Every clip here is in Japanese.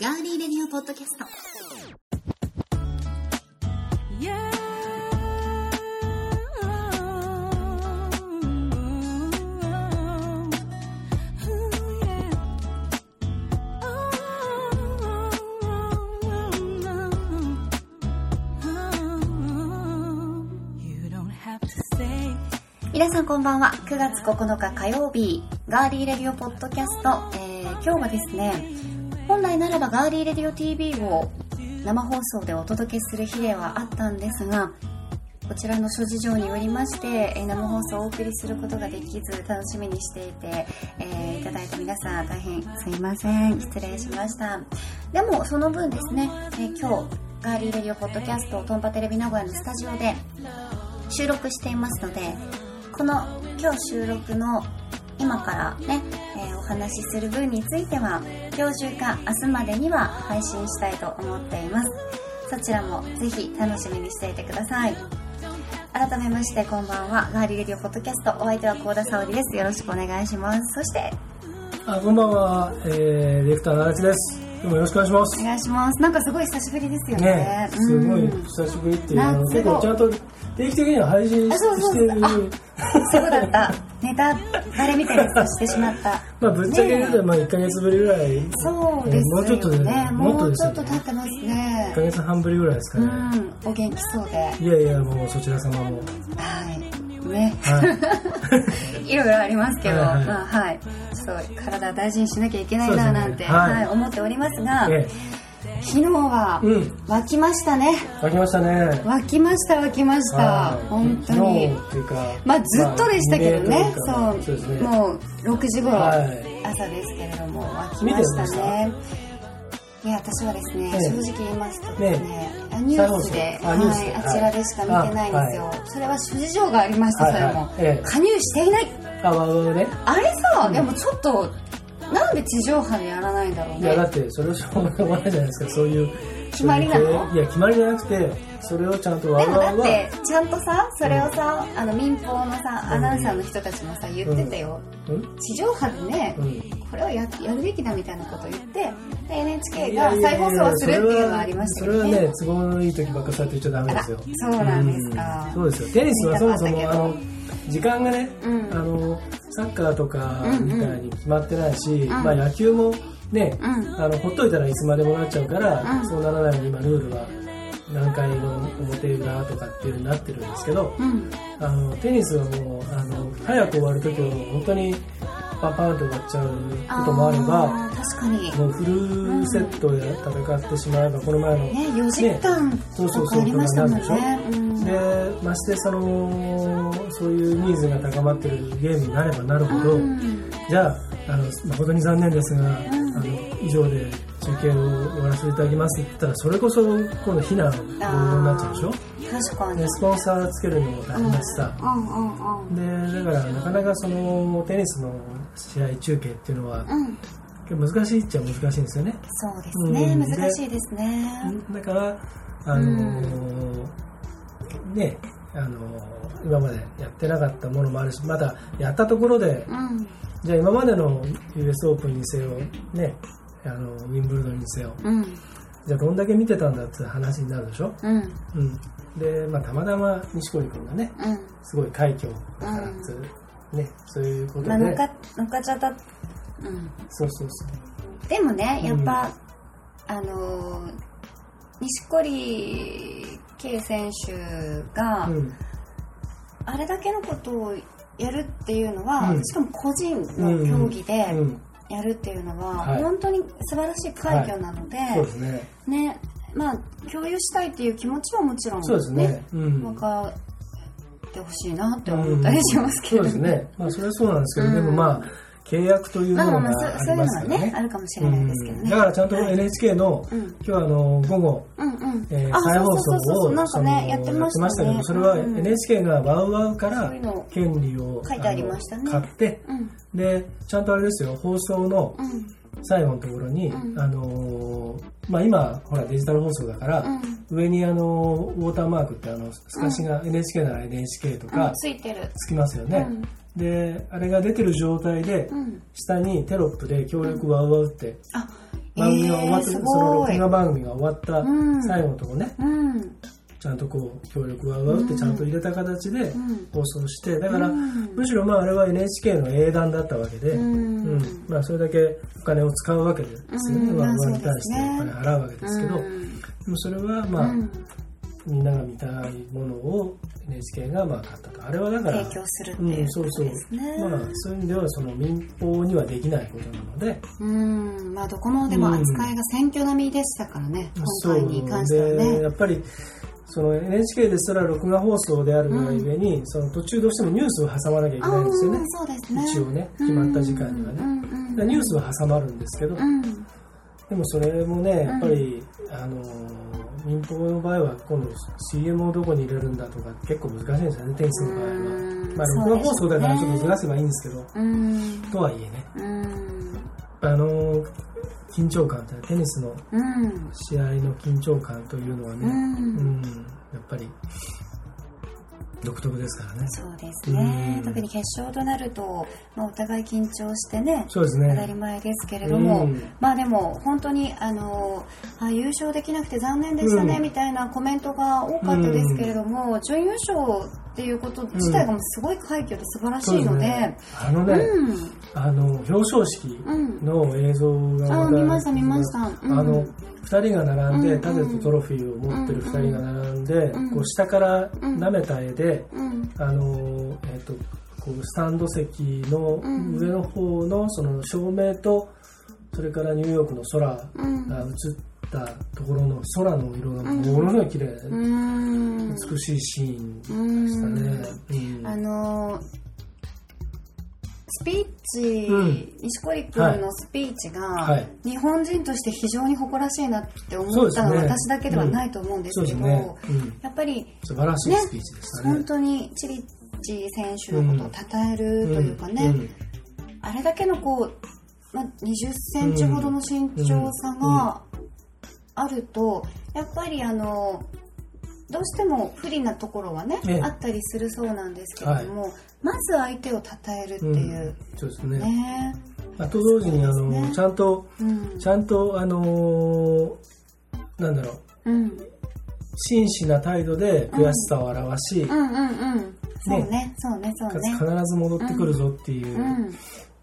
ヤウリーレディオポッドキャスト。 Yeah. You don't have to say 皆さんこんばんは。9月9日火曜日、ガーリーレディオポッドキャスト。えー、今日はですね、本来ならばガーリーレディオ TV を生放送でお届けする日ではあったんですが、こちらの諸事情によりまして、えー生放送をお送りすることができず楽しみにしていて、えーいただいた皆さん大変すいません。失礼しました。でもその分ですね、えー今日、ガーリーレディオポッドキャストトンパテレビ名古屋のスタジオで収録していますのでこの今日収録の今からね、えーお話しする分については今日中か明日までには配信したいと思っていますそちらもぜひ楽しみにしていてください改めましてこんばんはガーリーレディオポッドキャストお相手は幸田沙織ですよろしくお願いしますそしてあこんばんは、えー、ディレクターの足立です。今日もよろしくお願いしまおす。願いしますなんかすごい久しぶりですよねねえ、すごいうん久しぶりっていう、なあんの結構ちゃんと定期的には配信あそうそうしてる、そうだったネタバレみたいなやつをしてしまったまあぶっちゃけ言うねえと、まあ1ヶ月ぶりぐらい、そうですよね。もうちょっとでねももっとうでちすょよっねと経ってます1ねヶ。月半ぶりぐらいですかうね。ん、お元気そうで。いやいや、もうそちら様も。はい。ね。はい。いろいろありますけど、はいはいまあはい。ちょっと体大事にしなきゃいけないそうですなねなんて、はいはい、思っておりますが、え昨日はえ、うん、湧きましたね。書きましたね。湧きました、湧きましたはい。本当に昨日。っていうか、まあずっとでしたけどね、まあそう未明というかそうですね。もう6時頃、はい朝ですけれども沸きましたねいや私はですね、ええ正直言いますとですねねニュースであニュースはい、であちらでしか見てないんですよ、あはそれは諸事情がありました、はいはいそれも、ええ加入していないあ、まあまあね。あれさ、でもちょっとなんで地上波でやらないんだろういやだねってそれをしょうがないじゃないですかそういう決まりなのそういういや決まりじゃなくてそれをちゃんとわでもがだわっはてちゃんとさそれをさ、あの民放のさアナウンサーの人たちもさ言ってたよ、うん地上波でね、うんこれをややるべきだみたいなことを言ってで NHK いがやいや再いや放送をするっていうのはありましたそけれどはねね都合のいい時ばっかそうやって言っちゃダメですよあらそうなんですかうんそうですよテニスはそもそ見たもあかっの時間がね、うんあのサッカーとかみたいに決まってないし、んまあ野球もね、うんあのほっといたらいつまでもなっちゃうから、うんそうならないように今ルールは何回の表裏とかっていう風になってるんですけど、うんあのテニスはもうあの早く終わるときはもう本当にパンパンと終わっちゃうこともあればー確かにねもうフルセットで戦ってしまえばこの前の、 4時間そうそとうそかうありましたもんとかなねうんでましてそのそういうニーズが高まってるゲームになればなるほど、うんじゃああの誠に残念ですが、んあの以上で中継を終わらせていただきますって言ったらそれこそ今度非難のになっちゃうでしょ確かにでスポンサーつけるのも大変だしさ、うんうんうんでだからなかなかそのテニスの試合中継っていうのはうん難しいっちゃ難しいんですよねそうですねうん難しいですねだからあのーねあのー今までやってなかったものもあるしまたやったところでうんじゃあ今までの US オープンにせよねあのウィンブルドンにせようんじゃあどんだけ見てたんだって話になるでしょ、うんうん、で、まあ、たまたま錦織君がねうんすごい快挙だから、うんそうね、そういうことまあで、乗っか乗っかっちゃったうんそうそうそうでもねやっぱ、あのー錦織圭選手が、うんあれだけのことをやるっていうのは、うんしかも個人の競技でうん、やるっていうのは、はい本当に素晴らしい快挙なので、そうですね。ねまあ共有したいっていう気持ちはもちろんそうですね。うん分かってほしいなって思ったりしますけど、うんそうですね。まあ、それはそうなんですけうんど、でもまあ、契約というまあもまあのまがああそうそういうのはりますからねね。あるかもしれないですけどうんねだからちゃんと NHK の、うん今日はあの、午後、うんうん、えーあ再放そうそうそう送そうなんかをそのねやってましたねけど、それはうん NHK がワウワウかそらういうの権利を書いてありましたねの買って、うんで、ちゃんとあれですよ、放送のうん最後のところに、うんあのー、まあ今、ほらデジタル放送だから、うん上にあのウォーターマークってあの透かしが NHK なら NHK とうかん、ついてる。つきますよね、であれが出てる状態でうん。うん。下にテロップで「協力ワウワウ」ってあ、番組が終わっえーた、すごそいの録画番組が終わうんった最後のとこね、うんちゃんとこう、協力を奪うってちゃんと入れた形でうん放送して、だから、うんむしろまああれは NHK の英断だったわけで、ううんんまあ、それだけお金を使うわけですよね、うんワンワンまあに対してお金払うわけですけど、うでんもそれはまあ、うんみんなが見たいものを NHK がまあ買ったとあれはだから提供するっていうこそうとそうですね。まあそういう意味ではその民放にはできないことなのでうん、まあどこもでも扱いが選挙並みでしたからね、今回に関してはでね。やっぱりその NHK ですら録画放送であるがゆえに、その途中どうしてもニュースを挟まなきゃいけあないんーですよねそうですね。一応ね決まった時間にはね、うんうんうんでニュースは挟まるんですけど、うんでもそれもねやっぱり、あの民放の場合は今度 CM をどこに入れるんだとか結構難しいんですよねテニスの場合は、うんまあそうで録画す放送だからちょっとずらせばいいんですけど、うんとはいえねうんあの緊張感ってテニスのうん試合の緊張感というのはうね、うんんやっぱり独特ですからね。そうですねうん特に決勝となると、まあ、お互い緊張してねそうです当たりね。前ですけれども、うんまあでも本当にあのあ優勝できなくて残念でしたねうんみたいなコメントが多かったですけれども、準優勝っていうこと自体がもうすごい快挙で素晴らしそういですので。ね。あのうね、ん、あの表彰式うん、の映像があ話見題ました見ましたうんあの2人が並んうんうでん盾とトロフィーを持ってる2人が並んで、んこう下から舐めた絵で、うん、あのえっとこうスタンド席のうん上の方のその照明とそれからニューヨークの空がうん映ったところの空の色がものすごい綺麗、うん、美しいシーンでしたねうん。うんあのースピーチ、うん錦織君のスピーチが、はい日本人として非常に誇らしいなって思ったそのうはですね私だけではないと思うんですそうけですど、ね、うん、やっぱり素晴らしいスピーチでしたね本。当にチリッチ選手のことを称えるというかね、うんあれだけのこう、まあ、20センチほどの身長差があると、やっぱりあの、どうしても不利なところはね、ねあったりするそうなんですけれども、まず相手を称えるっていう、そうですね。ね。あと同時にあそうですのねちゃんとうん。ちゃんとあのーなんだろううん。真摯な態度で悔しさを表し、うんうんうん。そうね、そうね、そうかつね必。ず戻ってくるぞっていう、うん。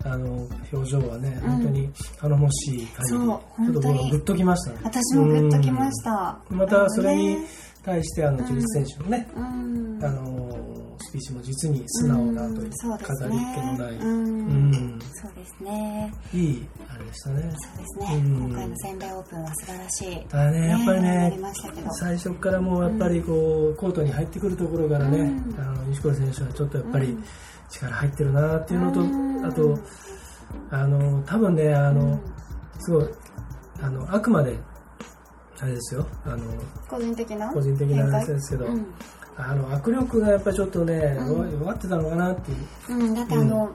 あの表情はね、うん本当に頼もしい感じで、そうちょっと本当に僕はグッときましたね。私もグッときました。うん。またそれあのにね対してあのチリス選手のね、うん。あのスピーチも実に素直なという、そうです飾ねりっ気のない、う。うんんそうですね。いいあれでしたね。そうですね、うん今回の仙台オープンは素晴らしい。だねやっぱりなねり。ましたけど。最初からもうやっぱりこう、コートに入ってくるところからね、うんあの錦織選手はちょっとやっぱうりん力入ってるなっていうのと、うんあとあの多分ねあの、すごいあのあくまであれですよあの個人的な個人的な話ですけど、うんあの握力がやっぱりちょっとね、う弱ん弱ってたのかなっていううん、だってあの、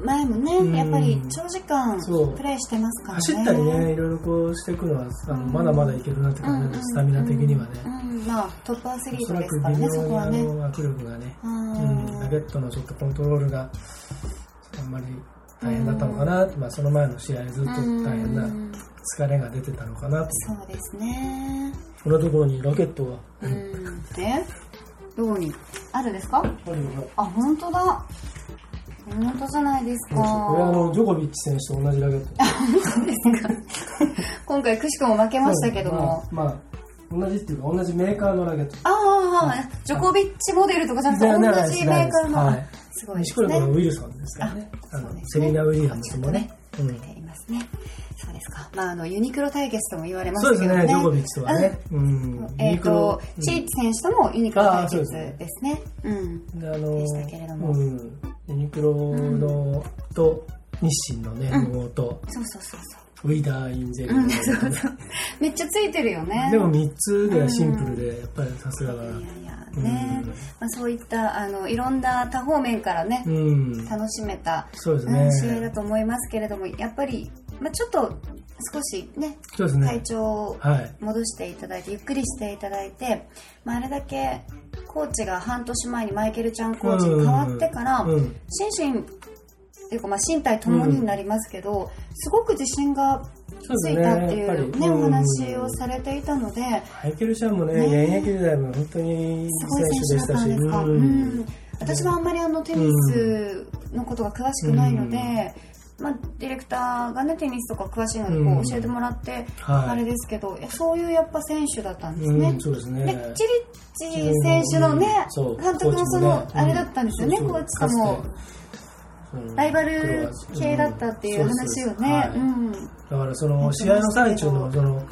前もね、うんやっぱり長時間そうプレイしてますからね。走ったりね、いろいろこうしていくのはあのまだまだいけるなって感じなんで、うんスタミナ的にはね、うん、まあトップアスリーおトそらですくから微ね、妙そこにあはね。うんの握力がね、うん、ラケットのちょっとコントロールがあんまり大変だったのかな、まあ、その前の試合ずっと大変うなん疲れが出てたのかなとそうですね。このところにラケットがうん、で、どうに、あるですかこれこあ、本当だ。本当じゃないですか。れあのジョコビッチ選手と同じラケット 今回くしくも負けましたけども。まあ、まあ同じっていうか同じメーカーのラケットああ、ジョコビッチモデルとかじゃなくて、ではない同じメーカーの。はいすごいです錦織ね。はこのウィルソンですからねあそあうですねのセリーナ・ウィリアムズもねちょっとね書いてありますね。そうですか。まあ、あの、ユニクロ対決とも言われうんまそうしでたけどすね。ねジョコビッチとはね、うんうん。えっ、と、うんチーチ選手ともユニクロ対あーそうで決すねですね。うん。であのでしたけれどもうん、ユニクロの、と日清のねうんロゴと、そうそうそうそう。ウィダーインゼリうん、ーそのロゴうそう。めっちゃついてるよね。でも3つではシンプルでやっぱりさすがだないやいや、ね。うんまあ、そういった、あの、いろんな多方面からね、うん楽しめた、そうですうん試合だねと思いますけれども、やっぱり、まあ、ちょっと、少しね、そうですね体調をはい戻していただいてゆっくりしていただいて、まあ、あれだけコーチが半年前にマイケルちゃんコーチに変わってから、うん心身っていうかまあ身体ともにになりますけど、すごく自信が気づいたっていそうですねやっぱうりね、うんお話をされていたので、マイケル・シャンもね、ねえ現役時代も本当にすごい選手選でし手だたったんし、ですか。ううんん、私はあんまりあのテニスのことが詳しくないので、まあ、ディレクターがねテニスとか詳しいのでこうんう教えてもらって、はいあれですけどいやそういうやっぱ選手だったんですうねん、。そうですね。でチリッチ選手のねうんそう監督もそコーチのもねあれだったんですよね、うんコーチともかつてうんライバル系だったっていう話をね、ううんんだからその試合の最中のその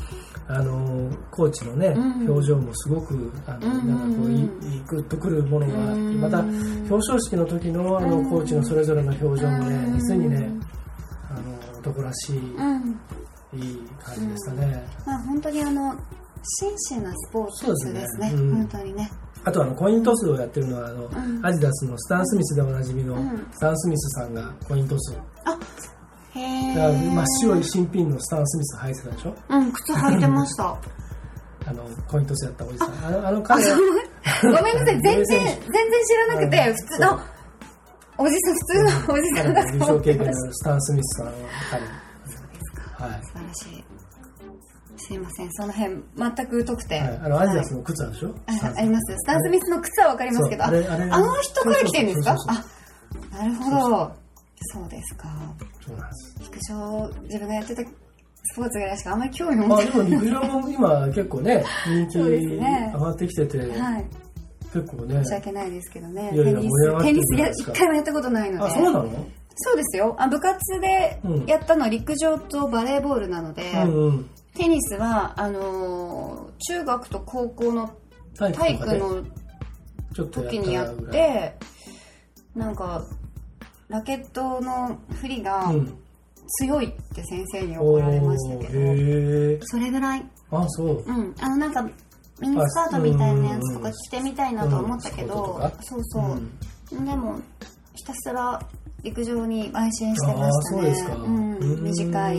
あのコーチのね、うん表情もすごくあの、うんなんかこういいグッとくるものがあって、うんまた表彰式の時のあのうんコーチのそれぞれの表情もね、うん実にねあの男らしい、うんいい感じでしたね。まあ本当にあの真摯なスポーツですねそうですねうん本当にね。あとあのコイントスをやってるのはあの、んアディダスのスタン・スミスでおなじみのうんスタン・スミスさんがコイントスをあへだからえ。真っ白い新品のスタン・スミス履いてたでしょうん、靴履いてました。あのコイントスやったおじさんあのあの彼 はごめんなさい、全然、全全然知然らなくはて、い普通の、おじさん、普通のおじさ彼んのだ優と思勝って経験まのあした。るスタン・スミスさんは彼素晴はいらしい。すいません、その辺、全く疎くて。はい、あのアディダスはいの靴あるでしょ、ああります。スタン・スミスの靴はわかりますけど、ああそうあれあれの人から来てるんですかそうそうあ、なるほど。そうですか。そうなんです陸上、自分がやってたスポーツぐらいしかあんまり興味持まっあてでも陸上も今結構ね人気そうですね上がってきてて、ない。はい。結構ね申し訳ないですけどね。いやいやテニ盛り上がっス、てテるニじスゃないやですか一回もやったことないので。あそうなのそうですよあ部活でうんやったのは陸上とバレーボールなので、うんうんテニスはあのー中学と高校の体体育とか育でのちょっと時にやたっぐらいてなんかラケットの振りがうん強いって先生に怒られましたけど、おーへえそれぐらい、あそううん、あのなんかミニスカートみたいなやつとか着てみたいなとは思ったけど、うんうんそうそう、んでもひたすら陸上に邁進してあまあしたそうねですか、んうーん短い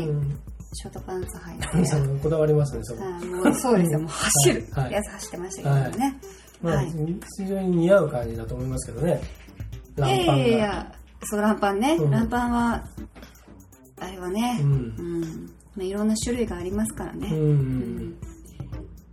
ショートパンツ 履いさてんこだわりますねそこ、あーもうそうですよもう走るはいやつ走ってましたけどね、まはあ、い非常に似合う感じだと思いますけどねラい、ンパやンいがやいやそうランパンね、うんランパンはあれはねううんん、まあ、いろんな種類がありますからね、うん、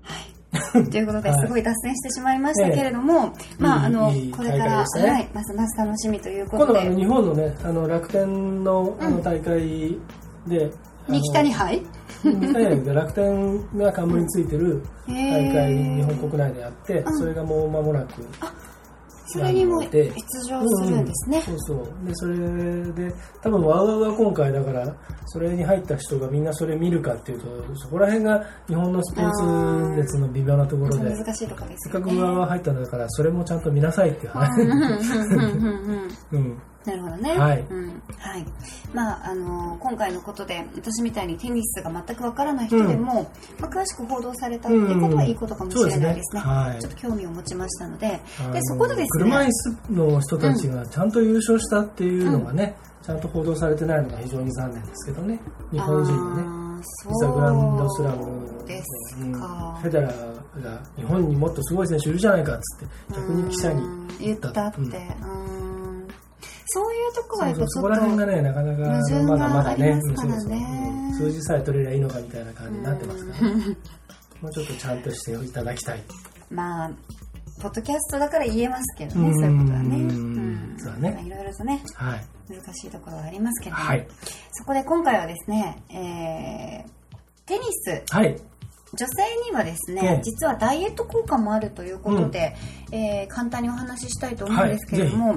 はい。ということで、はいすごい脱線してしまいましたけれども、まあ、あの、いいこれか大会ら、でしたねはい、ますます楽しみというこ今と度ではあ、の日本のねあの楽天のあうのん大会で、あの三木谷杯三木谷で楽天が冠についてる大大会日本国内であって、んそれがもう間もなくそれにもなの出で場するんですね。うんそうそうでそれで多分ワウワウが今回だからそれに入った人がみんなそれ見るかっていうとそこら辺が日本のスポーツ熱の微妙なところで難しいとこですせっよかくね。ワウワウ入ったんだからそれもちゃんと見なさいっていう話、うんうんうんうんうんうん うん、なるほどね。はいうんはいまあ、あのー今回のことで、私みたいにテニスが全くわからない人でも、まあ、詳しく報道されたっていうことはいいことかもしれないですね。うんそうですねはいちょっと興味を持ちましたので。あので、そこでです車ね椅、子の人たちがちゃんと優勝したっていうのがね、ちゃんと報道されてないのが非常に残念ですけどね日本人のねあーそういざグランドスラムですうんか。フェデラーが日本にもっとすごい選手いるじゃないかっつって逆に記者にうん言ったって、ううんん、そういうとこはそやうっそぱちうそょこっら辺とがねなかな矛盾がかまだまだねありますからねそうそうそううん数字さえ取れりゃいいのかみたいな感じになってますから、もうちょっとちゃんとしていただきたいまあポッドキャストだから言えますけどうねんそういうことはね、うんそうだねまあいろいろとねはい難しいところはありますけど、はいそこで今回はですね、えーテニスはい女性にはですね、ええ実はダイエット効果もあるということで、えー簡単にお話ししたいと思うんですけれども、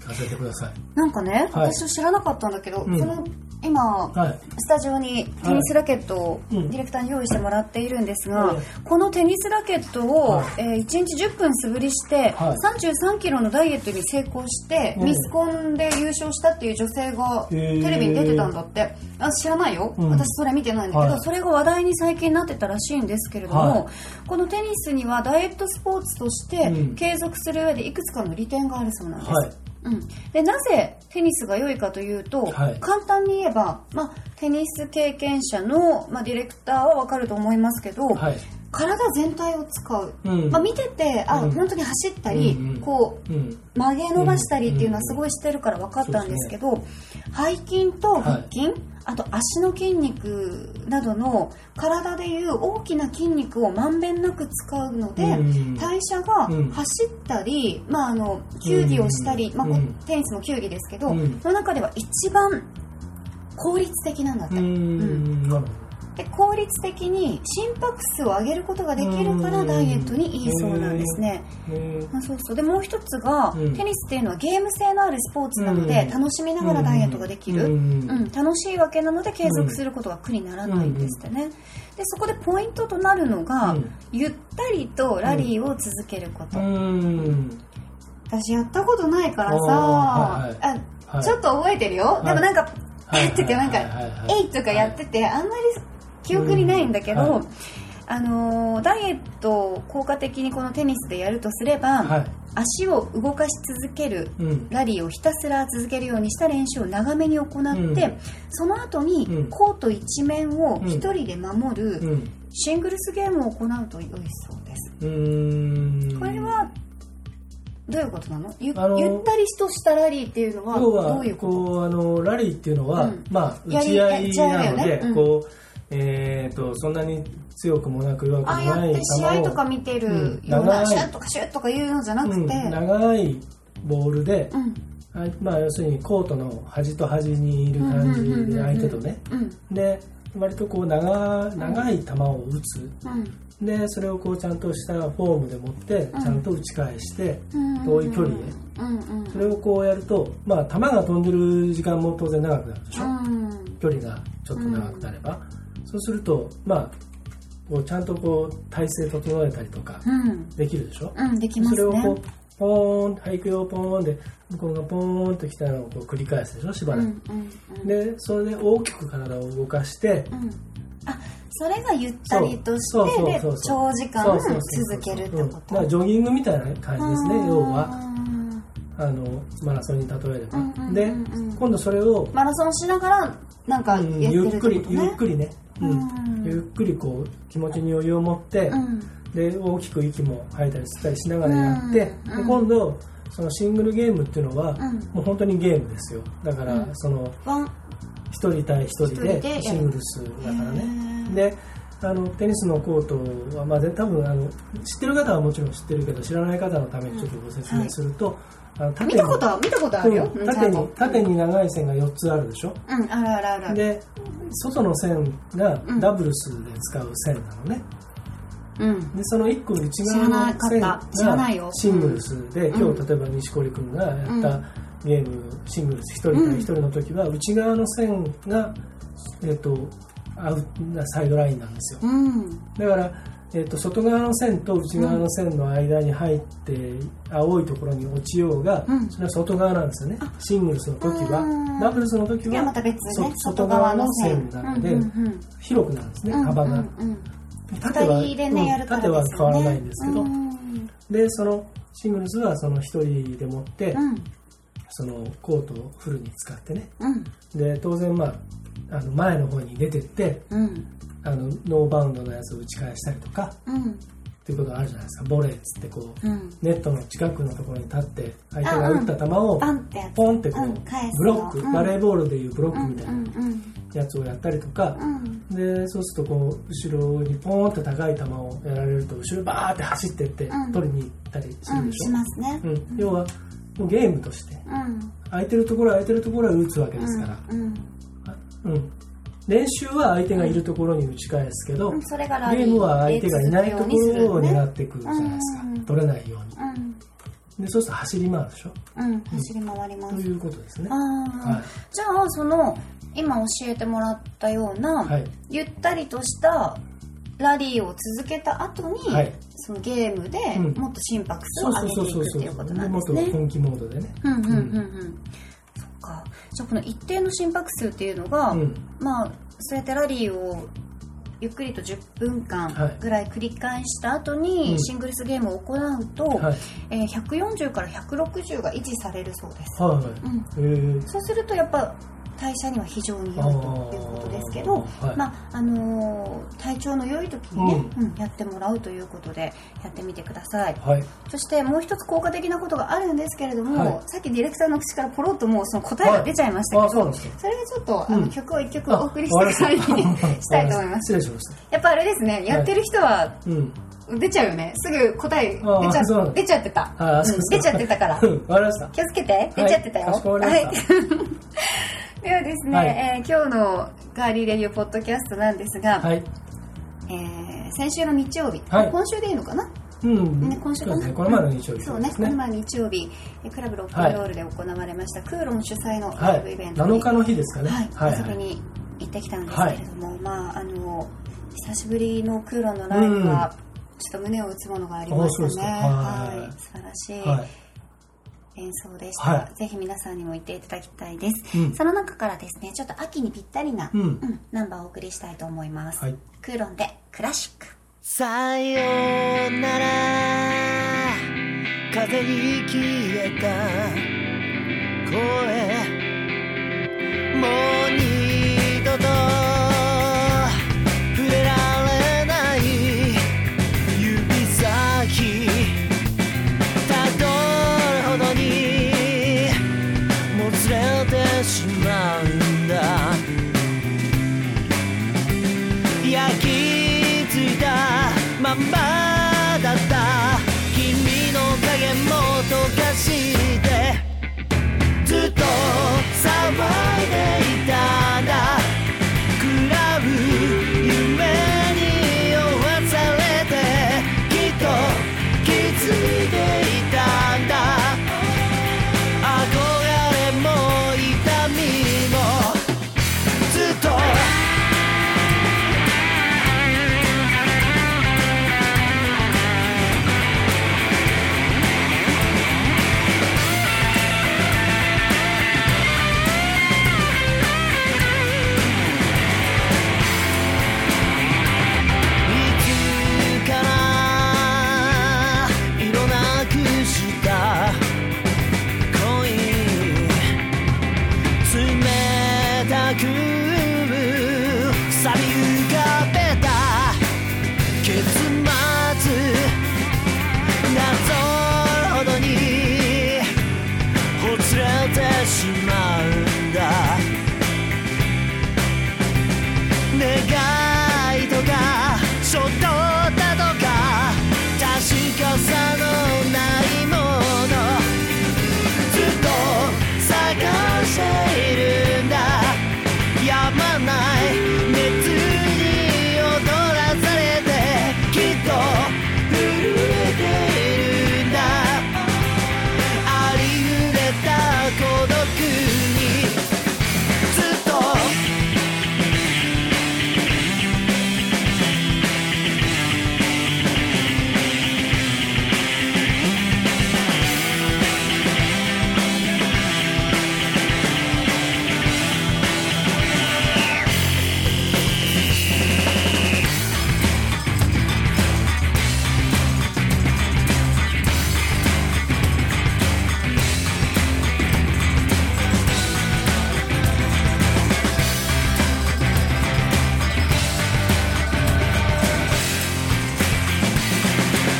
聞かせてくださいなんかね、はい私知らなかったんだけど、うんその今、はいスタジオにテニスラケットをうデんィレクターに用意してもらっているんですが、うんこのテニスラケットを、はいえー1日10分素振りして、はい33キロのダイエットに成功して、うんミスコンで優勝したっていう女性がへテーレビに出てたんだってあ知らないよ、うん私それ見てないんだけど、はいそれが話題に最近なってたらしいんですけれども、はいこのテニスにはダイエットスポーツとしてうん継続する上でいくつかの利点があるそうなんです。はいうん、でなぜテニスが良いかというと、はい簡単に言えば、まあ、テニス経験者の、まあ、ディレクターはわかると思いますけど、はい。体全体を使う、うんまあ、見ててあ、うん本当に走ったり、うんうんこううん。曲げ伸ばしたりっていうのはすごいしてるから分かったんですけど、背筋と腹筋、あと足の筋肉などの体でいう大きな筋肉をまんべんなく使うので、うん代謝がうん走ったり、まあ、あの球技をしたり、うんまあこううんテニスも球技ですけど、うんその中では一番効率的なんだっうて、ーん。なるほで効率的に心拍数を上げることができるからうんダイエットにいいそうなんですね、どね。あそうそうでもう一つが、うんテニスっていうのはゲーム性のあるスポーツなので、うん楽しみながらダイエットができる、ううんん。楽しいわけなので継続することが苦にならないんですってね、でそこでポイントとなるのが、うんゆったりとラリーを続けること、うん。私やったことないからさ、あーはいはあちょっと覚えてるよ、いでもなんか「はい えっ?」てかなんかはいは「いはいえい」とかやってて、あんまり記憶にないんだけど、うんはあのーダイエットを効果的にこのテニスでやるとすれば、はい。足を動かし続けるうん。ラリーをひたすら続けるようにした練習を長めに行って、うんその後にうんコート一面を一人で守うるん。シングルスゲームを行うと良いそうです、うーん。これはどういうことなのゆあのゆったりとしたラリーっていうのは要どはういうここうあのラリーっていうのは、うんまあや打りち合いな打ち合いのだよで、ねうんこうえっ、とそんなに強くもなく弱くともああなやっいて試合とか見てるような、うん長いシュッとかシュッとかいうのじゃなくて、うん、長いボールで、うんあまあ要するにコートの端と端にいる感うんうんうんうんじうでん相手とね、うんで割とこう長長い球を打つうんでそれをこうちゃんとしたフォームで持ってんちゃんと打ち返して、うん遠い距離でうんうんそれをこうやるとまあ球が飛んでる時間も当然長くなるでしょ、うん距離がちょっと長くなれば、そうするとまあこうちゃんとこう体勢整えたりとかうんできるでしょ、うんできますそねれをこうポーンはい行くよポーンで向こうがポーンときたのをこう繰り返すでしょしばうんらうく、んうんでそれで大きく体を動かしてうんあそれがゆったりとしそうてそうでそうそ長う時間そうそうそうそう続けるってうんこだとからジョギングみたいな感じですね要はうんあのマラソンに例えれば、うんうんうんうんで今度それをマラソンしながらなんかやうんってゆるっってくこりとゆっねくりね、うんゆっくりこう気持ちに余裕を持って、うんで大きく息も吐いたり吸ったりしながらやうって、んでうん今度そのシングルゲームっていうのは、んもう本当にゲームですよだから、うんそのワン一人対一人一人でやでるシングルスだからへーねであのテニスのコートは、まあ、で多分あの知ってる方はもちろん知ってるけど知らない方のためにちょっとご説明すると、あの見縦にたことは見たことあるようんうんちゃ縦んにと縦に長い線が4つあるでしょうんあるあるあるあるで外の線がうんダブルスで使う線なのね、うんでその1個内知ら側なのか線った知らがないよシングルスで、うん今日例えば錦織君がやったゲーム、シングルス1人対1人の時は、内側の線が、えっとアウサイドラインなんですようんだから、えっと外側の線と内側の線の間に入って、青いところに落ちようが、うんそれは外側なんですよねシングルスの時うんはダブルスの時いやまはた別ねそ外側の線外側の線なのでうんうん広くなるんですね、うん幅が、うんうん縦は二人でねうんやるから縦はです変よねわらないんですけど、うんでそのシングルスはその1人でもって、うんそのコートをフルに使ってねうんで当然まああの前の方に出てってうんあのノーバウンドのやつを打ち返したりとかうんっていうことがあるじゃないですかボレーっつってこううんネットの近くのところに立って相手が打った球をバンってやつポンってこううん返すブロックうんバレーボールでいうブロうックんみたういなんうんやつをやったりとかうんでそうするとこう後ろにポーンって高い球をやられると後ろバーって走ってってうん取りに行ったりすうるでん、ししょますね。うん要はもうゲームとしてうん。空いてるところは空いてるところは打つわけですから、うん。うん、練習は相手がいるところに打ち返すけど、うん、ゲそれがラリームは相手がいないところを狙ね。ってくるじゃないですか、うん取れないようにうん。でそうすると走り回るでしょうん。走り回りまとす。いうことですねああ、はいじゃあ、その、今教えてもらったような、はいゆったりとしたラリーを続けた後に、はいそのゲームでうんもっと心拍数そをう上そうげてそういそくってうそういうことでなんでもっすとね。本気モードでねうんうんうんうん。そっか。じゃあ、この一定の心拍数っていうのが、うんまあ、そうやってラリーをゆっくりと10分はい間ぐらい繰り返した後うにんシングルスゲームを行うと、はいはいえー140から160が維持されるそうです、はいうん、えーそうするとやっぱ代謝には非常に良いということですけど、あーはいまああのー体調の良い時にね、うんやってもらうということでやってみてくださいはい。そしてもう一つ効果的なことがあるんですけれども、はいさっきディレクターの口からポロッともうその答えが出ちゃいましたあ、けそうど、なんですか。それでちょっとあうのん曲を一曲あお送りしてからに したいと思います 失礼しましやっぱあれですねやってる人はた。うん。出ちゃうよねすぐ答え出あーちゃそうなんだ出ちゃってた、あうーんそうそう出ちゃってたからうんわかりました。気をつけて出ちゃってたよ、はいかしこまりまはしたい ではですね、はいえー今日の「ガーリーレビューポッドキャスト」なんですが、はい。えー先週の日曜日、はい今週でいいのかな、うん。ね、今週そかなうですね。この前の日曜日。そうねこの前の日曜日えークラブロックンロールで行われました、クーロン主催のはライブイい。ベントに7日の日ですかね。はい、はい。遊びに行ってきたんですけれども、まああの久しぶりのクーロンのライブは、ちょっと胸を打つものがありましたね。あそうはでい、素晴らしい、はい。演奏でした、はいぜひ皆さんにも行っていただきたいです、うんその中からですねちょっと秋にぴったりな、うんんナンバーをお送りしたいと思います、はいクーロンでクラシックさよなら風に消えた声もう二度と触れられない指先たどるほどにもつれてしまうんだ焼き付いたまんまだった君の影も溶かしてずっと騒いでいたんだ喰らう夢に酔わされてきっと気づいていたんだ憧れも痛みもずっといつから色なくした恋冷たく錆び浮かべた結末なぞほどにほつれてしまうんだ願いとか衝動だとか確かさのないものずっと探しているんだやまない熱に踊らされてきっと震えているんだありふれた孤独にずっと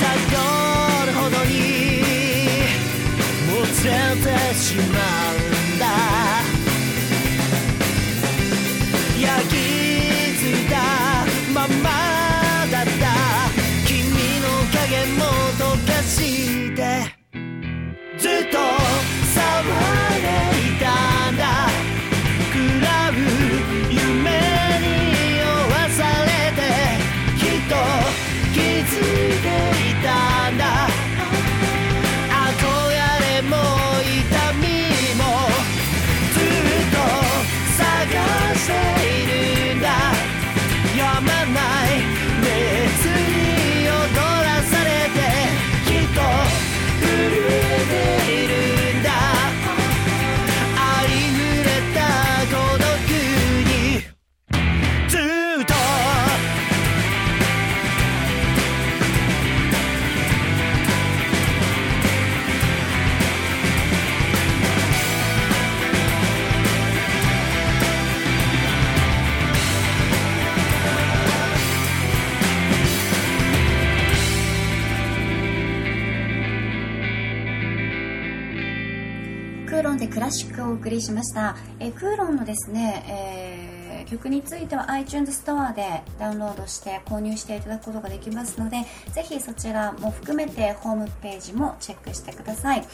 たどるほどにもつれてしまうんだ焼き付いたままだった君の影も溶かしてずっと騒いでいたんだ喰らう夢に酔わされてきっと気づいていたんだ憧れも痛みでクラシックをお送りしましたえークーロンのですね、えー曲については iTunes ストアでダウンロードして購入していただくことができますのでぜひそちらも含めてホームページもチェックしてください、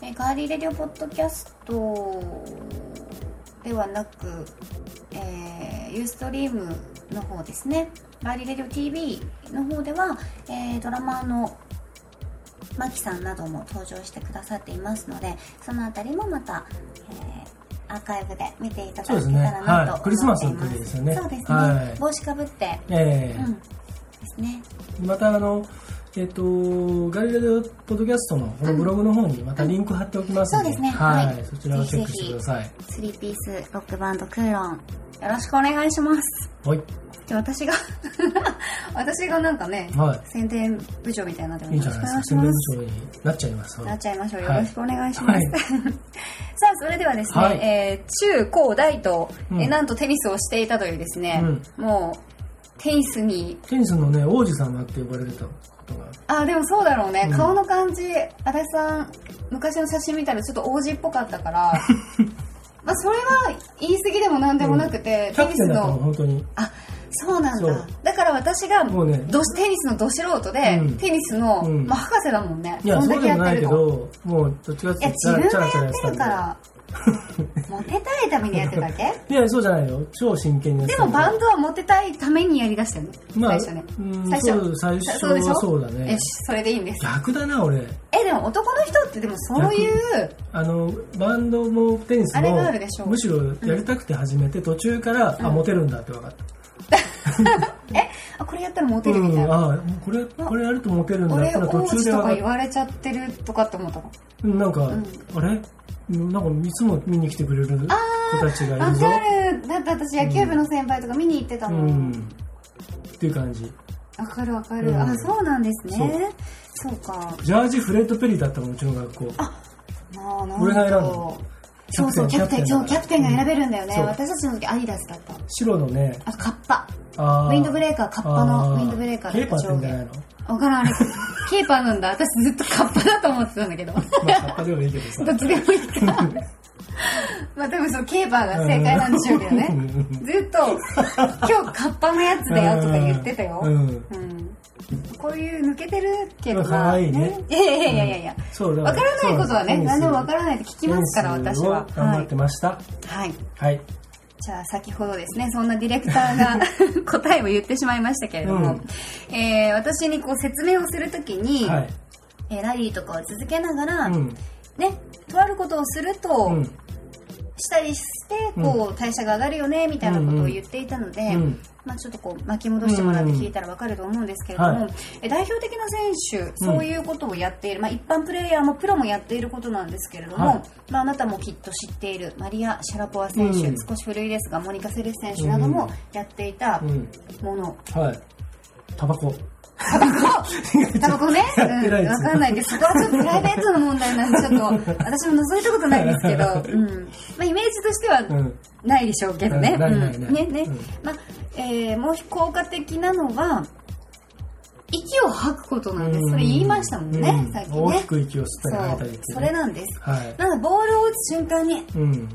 えーガーリーレディオポッドキャストではなく、えー、ユーストリームの方ですねガーリーレディオ TV の方では、えードラマーのマキさんなども登場してくださっていますのでそのあたりもまた、えーアーカイブで見ていただけたらなと思っていますそうですねはいクリスマスの時ですよねそうですね、はい帽子かぶって、えうんですねえまたあのえっ、とガリレオポッドキャストのこのブログの方にまたリンク貼っておきますので、そうですねはい、はいそちらをチェックしてくださいスリーピースロックバンドクーロンよろしくお願いしますはいじゃあ私が 私がなんかね、はい宣伝部長みたいになってもいいんじゃよないろでしすくお願かいします宣伝部長になっちゃいますなっちゃいましょう。よはいろしくお願いします。はい さあ、それではですね、はいえー中高大と、うんえーなんとテニスをしていたというですね、もう、テニスに、テニスのね王子様って呼ばれてたことがあ、でもそうだろうね、うん顔の感じ、足立さん、昔の写真見たらちょっと王子っぽかった から、まあ、それは言い過ぎでも何でもなくて、キテャプニテスンだったのの、本当にあ、そうなんそだう。だから私が、もうねどテニスのど素人で、うんテニスの、うんまあ、博士だもんね。いやこんそだうけでやもっなているけと。どもうどっ ちかっいてや、自分がやいうとっチてャるラチャラかやってら、モテたいためにやってただけたんでいや そうじゃないよ超真剣にやっでてたもんバンドはモテたいためにやりだしたよね。まあ最初ねうん。最そう初。最初さそうでしょそうだねよし、それでいいんです。逆だな俺え、でも男の人ってでもそういう、あのバンドもテニスあれがもあるでしょむしろやりたくて始めて、途中から、あモテるんだって分かった、え、あこれやったらモテうるみたいん、な。あこれこれやるとモテるんだって俺、のは王途中子でとか分言かわっれちゃってるとかって思ったの。たなんか、んあれなんかいつも見に来てくれる子たちがいわるぞかる。だって私野球部の先輩とか見に行ってたうもんん。っていう感じわかるわかうる。んあ、そうなんですね。そうか。ジャージフレッド・ペリーだったもんうちの学校まあ、なん俺が選んだと。そうそう、キャプテン、そう、キャプテンが選べるんだよね。そう私たちの時アディダスだった。白のねあと、カッパ。あウィンドブレーカー、カッパのあウィンドブレーカーケだーパーって言うんじゃないのわから ん、あれ、ケーパーなんだ。私ずっとカッパだと思ってたんだけど。まあカッパでもいいけどさ どっちでもいいか。まあ、多分そのケーパーが正解なんでしょうけどね。ずっと、今日カッパのやつだよとか言ってたよ。ううんんこういう抜けてるけど可愛いねいやいやいやいやいや。そうだわからないことはね、そうなんです何でもわからないと聞きますから、テニ私スをは。頑は張っいて。ました。はい。はい。じゃあ先ほどですね、そんなディレクターが 答えを言ってしまいましたけれども、えー私にこう説明をするときに、はい。えーラリーとかを続けながら、うん。ね、とあることをすると、うん。したりして、こう、代謝が上がるよね、みたいなことを言っていたので、うんまあちょっとこう、巻き戻してもらって聞いたらわかると思うんですけれども、はいえ代表的な選手、そういうことをやっている、まあ一般プレイヤーもプロもやっていることなんですけれども、はいまああなたもきっと知っている、マリア・シャラポワ選手、うん少し古いですが、モニカ・セレス選手などもやっていたうん。もの、はい。タバコ。タバ コね、うやってないん、ですわかんないんで、そこはちょっとプライベートの問題なんで、ちょっと、私も覗いたことないですけど、うん。まあ、イメージとしてはうん、ないでしょうけどね。うんないないうんなね、いねうん。まあ、えー、もう効果的なのは、息を吐くことなんです。それ言いましたもんうね、さっき大ねき。く息を吸ったり吐いたそりってうね。。それなんです。はい。なんか、ボールを打つ瞬間に、うん。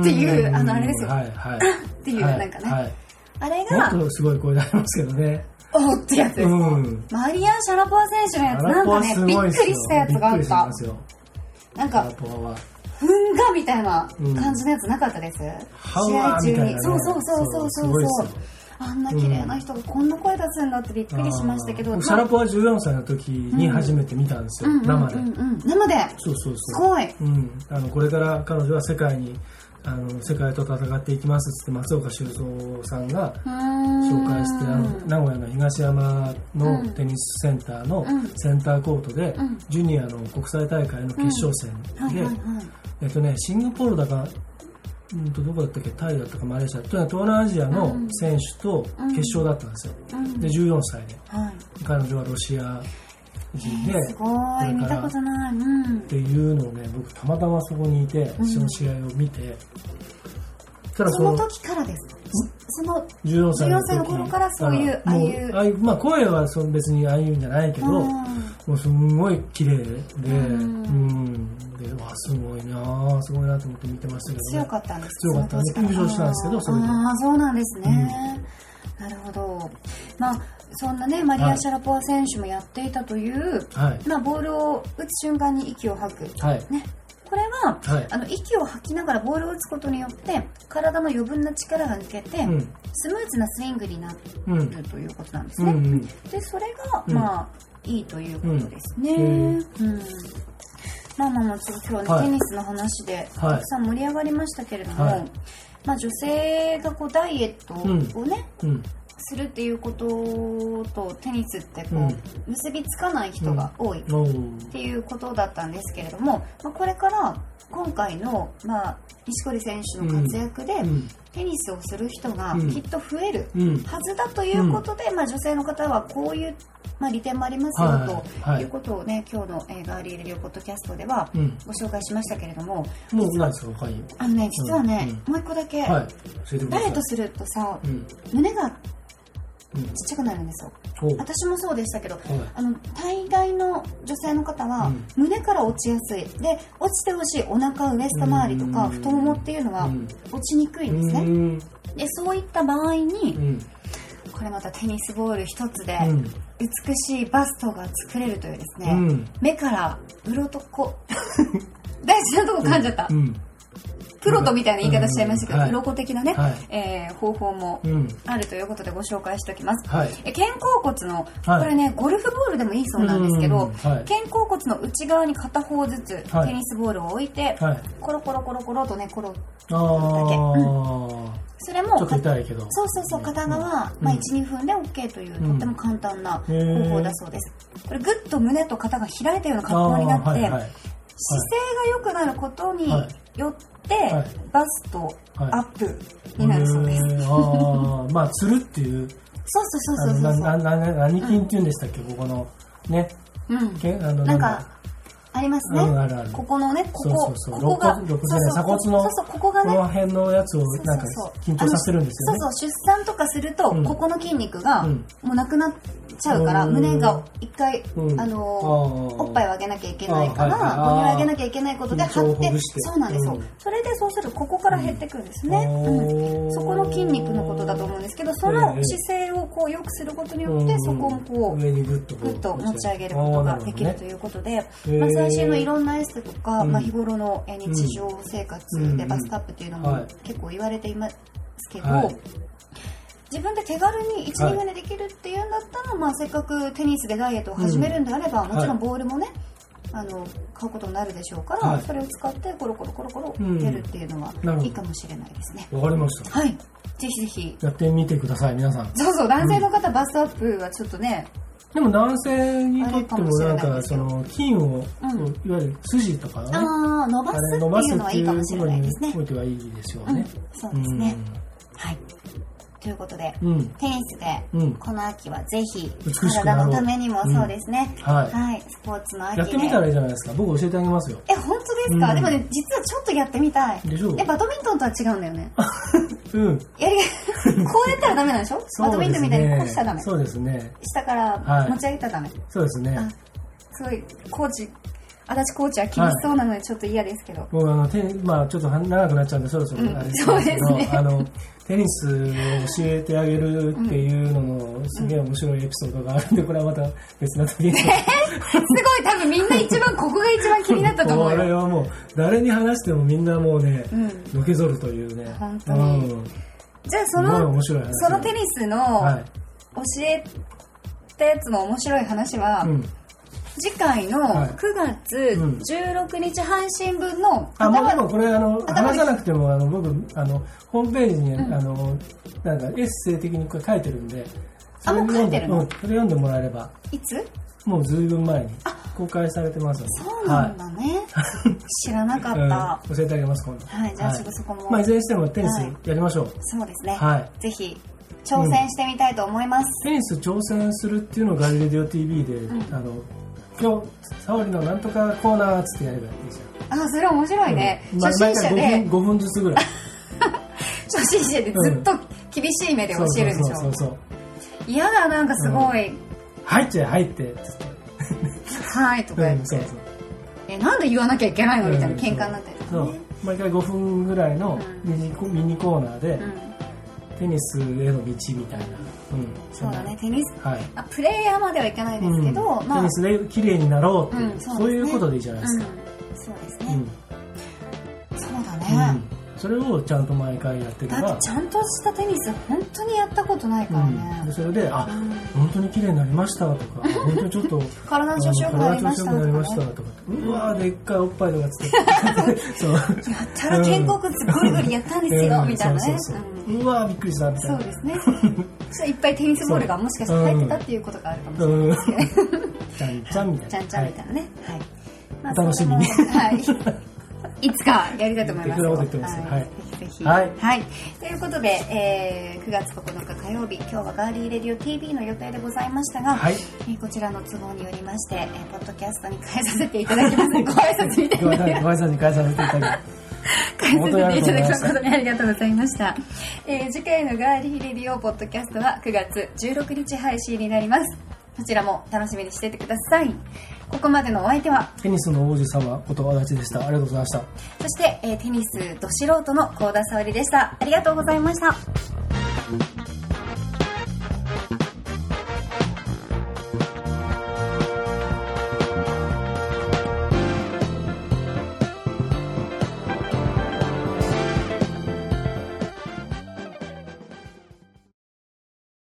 っていうんあのあれですよはい、 はい。ていうはいなんかねはい。あれもがっ、とすごい声になりますけどね。おーってやつです。うんマリア・シャラポワ選手のやつ、なんかね、びっくりしたやつがあびっくりっしまた。すよ。なんタかラ、ポワは。ふんがみたいな感じのやつなかったです、試合中みたいなにねそうそうそうそうそそうすうごいですよあんな綺麗な人がこんな声出すんだってびっくりしましたけど、あまーあシャラポワ14歳の時に初めて見たんですよ。うんうん生でう。んうん、生でそうそうそう。すごいうん、あのこれから彼女は世界にあの世界と戦っていきますって松岡修造さんが紹紹介してあの名古屋の東山うのんテニスセンターのうんセンターコートで、うんジュニアの国際大会の決勝戦はいで、はいはいえっとね、シンガポールだか、うん、とどこだったっけタイだったかマレーシアと東南アジアの選手と決勝だったんですよ、うんで14歳ではい彼女はロシア人で、すごい見たことないうんっていうのをね僕たまたまそこにいてその試合を見て、ただそそのの時からですかその14歳の14時歳の頃からそういうあもああいうああいうまあ声はその別にああいうんじゃないけど、うんもうすんごい綺麗で、んうん、で、わ、すごいなあすごいなと思って見てましたけど、強ね。かったんです強かったその当時優勝したんですけどそれでああそうなんですね、なるほどまあそんなねマリはア・いシャラポワ選手もやっていたという、はい。まあ、ボールを打つ瞬間に息を吐く、はい。ね、これははい。あの息を吐きながらボールを打つことによって体の余分な力が抜けて、うん。スムーズなスイングになうん。るということなんですうんね、うん。でそれが、うんまあいいということですね、うんんまあまあまあちょっと今日ははねいテニスの話ではいたくさん盛り上がりましたけれども、はいまあ、女性がこうダイエットをね、うん。するっていうこととテニスってこう、うん結びつかない人が多いっおーていうことだったんですけれども、まあ、これから今回の、まあ、錦織選手の活躍で、うん。テニスをする人がうんきっと増えるうん。はずだということで、まあ、女性の方はこういう、まあ、利点もありますよ、はいはといいうことをね今日の、えーガーリーレディオポッドキャストではうん。ご紹介しましたけれどももう、ないですか、他に。あのね実はね、うんもう一個だけ、はい。教えてくダだイさエいット。するとさうん。胸がちうん。っちゃくなるんですよおう私もそうでしたけどはい。あの大概の女性の方はうん胸から落ちやすいで落ちてほしいお腹ウエスト周りとかうん太ももっていうのはうん落ちにくいんですねうん。でそういった場合にうん。これまたテニスボール一つでうん。美しいバストが作れるというですね、うん目からうろとこ 大事なとこ噛んじゃった、うん。プロトみたいな言い方しちゃいましたけど、うんはい鱗うろこ的なね、はいえー方法もうん。あるということでご紹介しておきます、はい。え肩甲骨のはいこれね、ゴルフボールでもいいそうなんですけど、うんはい肩甲骨の内側に片方ずつはいテニスボールを置いて、はい。コロコロコロコロとね転ぶああ。それちょもっと痛いけど。そうそうそう片側、うんまあ、12分で OK という、うんとっても簡単な方へー法だそうですこれグッと胸と肩が開いたような格好になって、あーはいはい。姿勢が良くなることにはよって、はいバストアップになるそうです、へーああ、まあ、つるっていう、そうそうあそうそうの、な、そうな、な、何筋って言うんでしたっけ、ここの、ね、うんけあの、なんだかありますね、うんあるあるここのねここそうそうそここうが肋骨肋骨じゃないそうそう鎖骨のそうそうここがこねの辺のやつをそうなんかそうそう緊張させるんですよねあのそうそう出産とかすると、うんここの筋肉が、うんもうなくなっちゃうからうん胸が一回、うんあのあーおっぱいをあげなきゃいけないからあーはいはい母乳をあげなきゃいけないことで緊張張をっほてぐしてそうなんですよ、うんそれでそうするとここから減ってくるんですね、うんうんおーそこの筋肉のことだと思うんですけどそのええ姿勢をこう良くすることにようっんて、そこもこう上にグッとこぐうっと持ち上げることができるとういうことで、ーまあ、なるほどね最新のいろんなエステとか、うんまあ、日頃のえー日常生活でうんバストアップっていうのはもい結構言われていますけど、はい自分で手軽に1、はい2分でできるっていうんだったら、まあ、せっかくテニスでダイエットを始めるんであれば、もちろんボールもねあの買うことになるでしょうから、はいそれを使ってコロコロコロコロうん出るっていうのはなるほどいいかもしれないですね。わかりましたはい、ぜひぜひやってみてください皆さんそうそう男性の方、バストアップはちょっとねでも男性にとってもなあれかんもしれないかですそよの筋をうんいわゆる筋とかねああ、伸ばあすれ伸っばていすうっのはていいいうかこもしれとないでにすね。おいてはいいですようんね、そうですね。うはい。ということで、んうんテニスうんで、この秋はぜひ、美しくなろ体うのためにもそうですね。はいはい。スポーツの秋で。やってみたらいいじゃないですか僕教えてあげますよえ、本当ですか、うんでもね、実はちょっとやってみたい。でしょうえ、バドミントンとは違うんだよね。うんや り、こうやったらダメなんでしょバドミントンみたいにこうしたらダメ。そうですね下からはい持ち上げたらダメ。そうですねあすごい、コーチ、足立コーチは厳しそうなのでちょっと嫌ですけど。僕あのテニまあちょっと長くなっちゃうんでそろそろあれですけど、うんそうですねあのテニスを教えてあげるっていうののすげえ面白いエピソードがあるんでこれはまた別な時 に すごい、多分みんな一番、ここが一番気になったと思 こうれよ。はもう誰に話してもみんなもうね、うん。のけぞるというね本当にうん、すじゃあそごいの面白い話そのテニスのはい、教えたやつの面白い話は、うん、次回のはい9月うん16日配信分のあもう頭でもこれあの頭話さなくてもあの僕あのホームページに、うんあのなんかエッセイ的にこれ書いてるんであもう書いてでるのうん、それ読んでもらえればいつもうずいぶん前に公開されてますのでそうなんだね、知らなかった、はいうん、教えてあげます今度はいじゃあちょっとそこもまあ、いずれにしてもテニスはいやりましょう、そうですね、はぜひ挑戦してみたいと思います、テニス挑戦するっていうのをガリレディオ TV で、あの今日沙織のなんとかコーナーっつってやればいいですよ、あそれ面白いね、ま初心毎者回で5分 ,5 分ずつぐらい初心者でずっと厳しい目で 教えるでしそうそうそょうそう嫌だなんかすごい入っちゃえ入ってっつって「はい」とか言うっんそうてそう「えなんで言わなきゃいけないの?」みたいなうん喧嘩になったりとそかうね毎回5分ぐらいのミニコミニコーナーで、うんテニスへの道みたいな、うん、そうだねテニスはいあプレイヤーまではいかないですけど、うん、まテあニスで綺麗になろうっていう、うんそそううですねいうことでいいじゃないですか、うんそうですうんね、そうだうんね、それをちゃんと毎回やってれだっばてちゃんとしたテニス本当にやったことないからね、うん、それで「あうん本当に綺麗になりました」と か「本当にちょっと体の調子良くなりましたとあの体調子良くなりまかした」ねとか「うわーでっかいおっぱい」とかつって そうやったら肩甲骨ゴリゴリやったんですよ、みたいなねうんそうそうそううわーびっくりしたみたいそなうですね。 そういっぱいテニスボールがもしかして入ってたっていうことがあるかもしれない。うんちゃんちゃんみたいなちゃんちゃんみたいなね。はい。まあお楽しみにそれもはい。いつかやりたいと思いますよ。適当なこと言ってますよはいぜひぜひ。はいはい。ということで、えー9月9日火曜日、今日はガーリーレディオ TV の予定でございましたが、はいえーこちらの都合によりまして、えーポッドキャストに変えさせていただきます。ご挨拶みたいごなめん。なさいごめんなさいに返させていただきます解説していただき誠にありがとうございました、えー次回のガーリーレディオポッドキャストは9月16日配信になりますそちらも楽しみにしていてくださいここまでのお相手はテニスの王子様こと足立でしたありがとうございましたそして、えーテニスど素人の幸田沙織でしたありがとうございました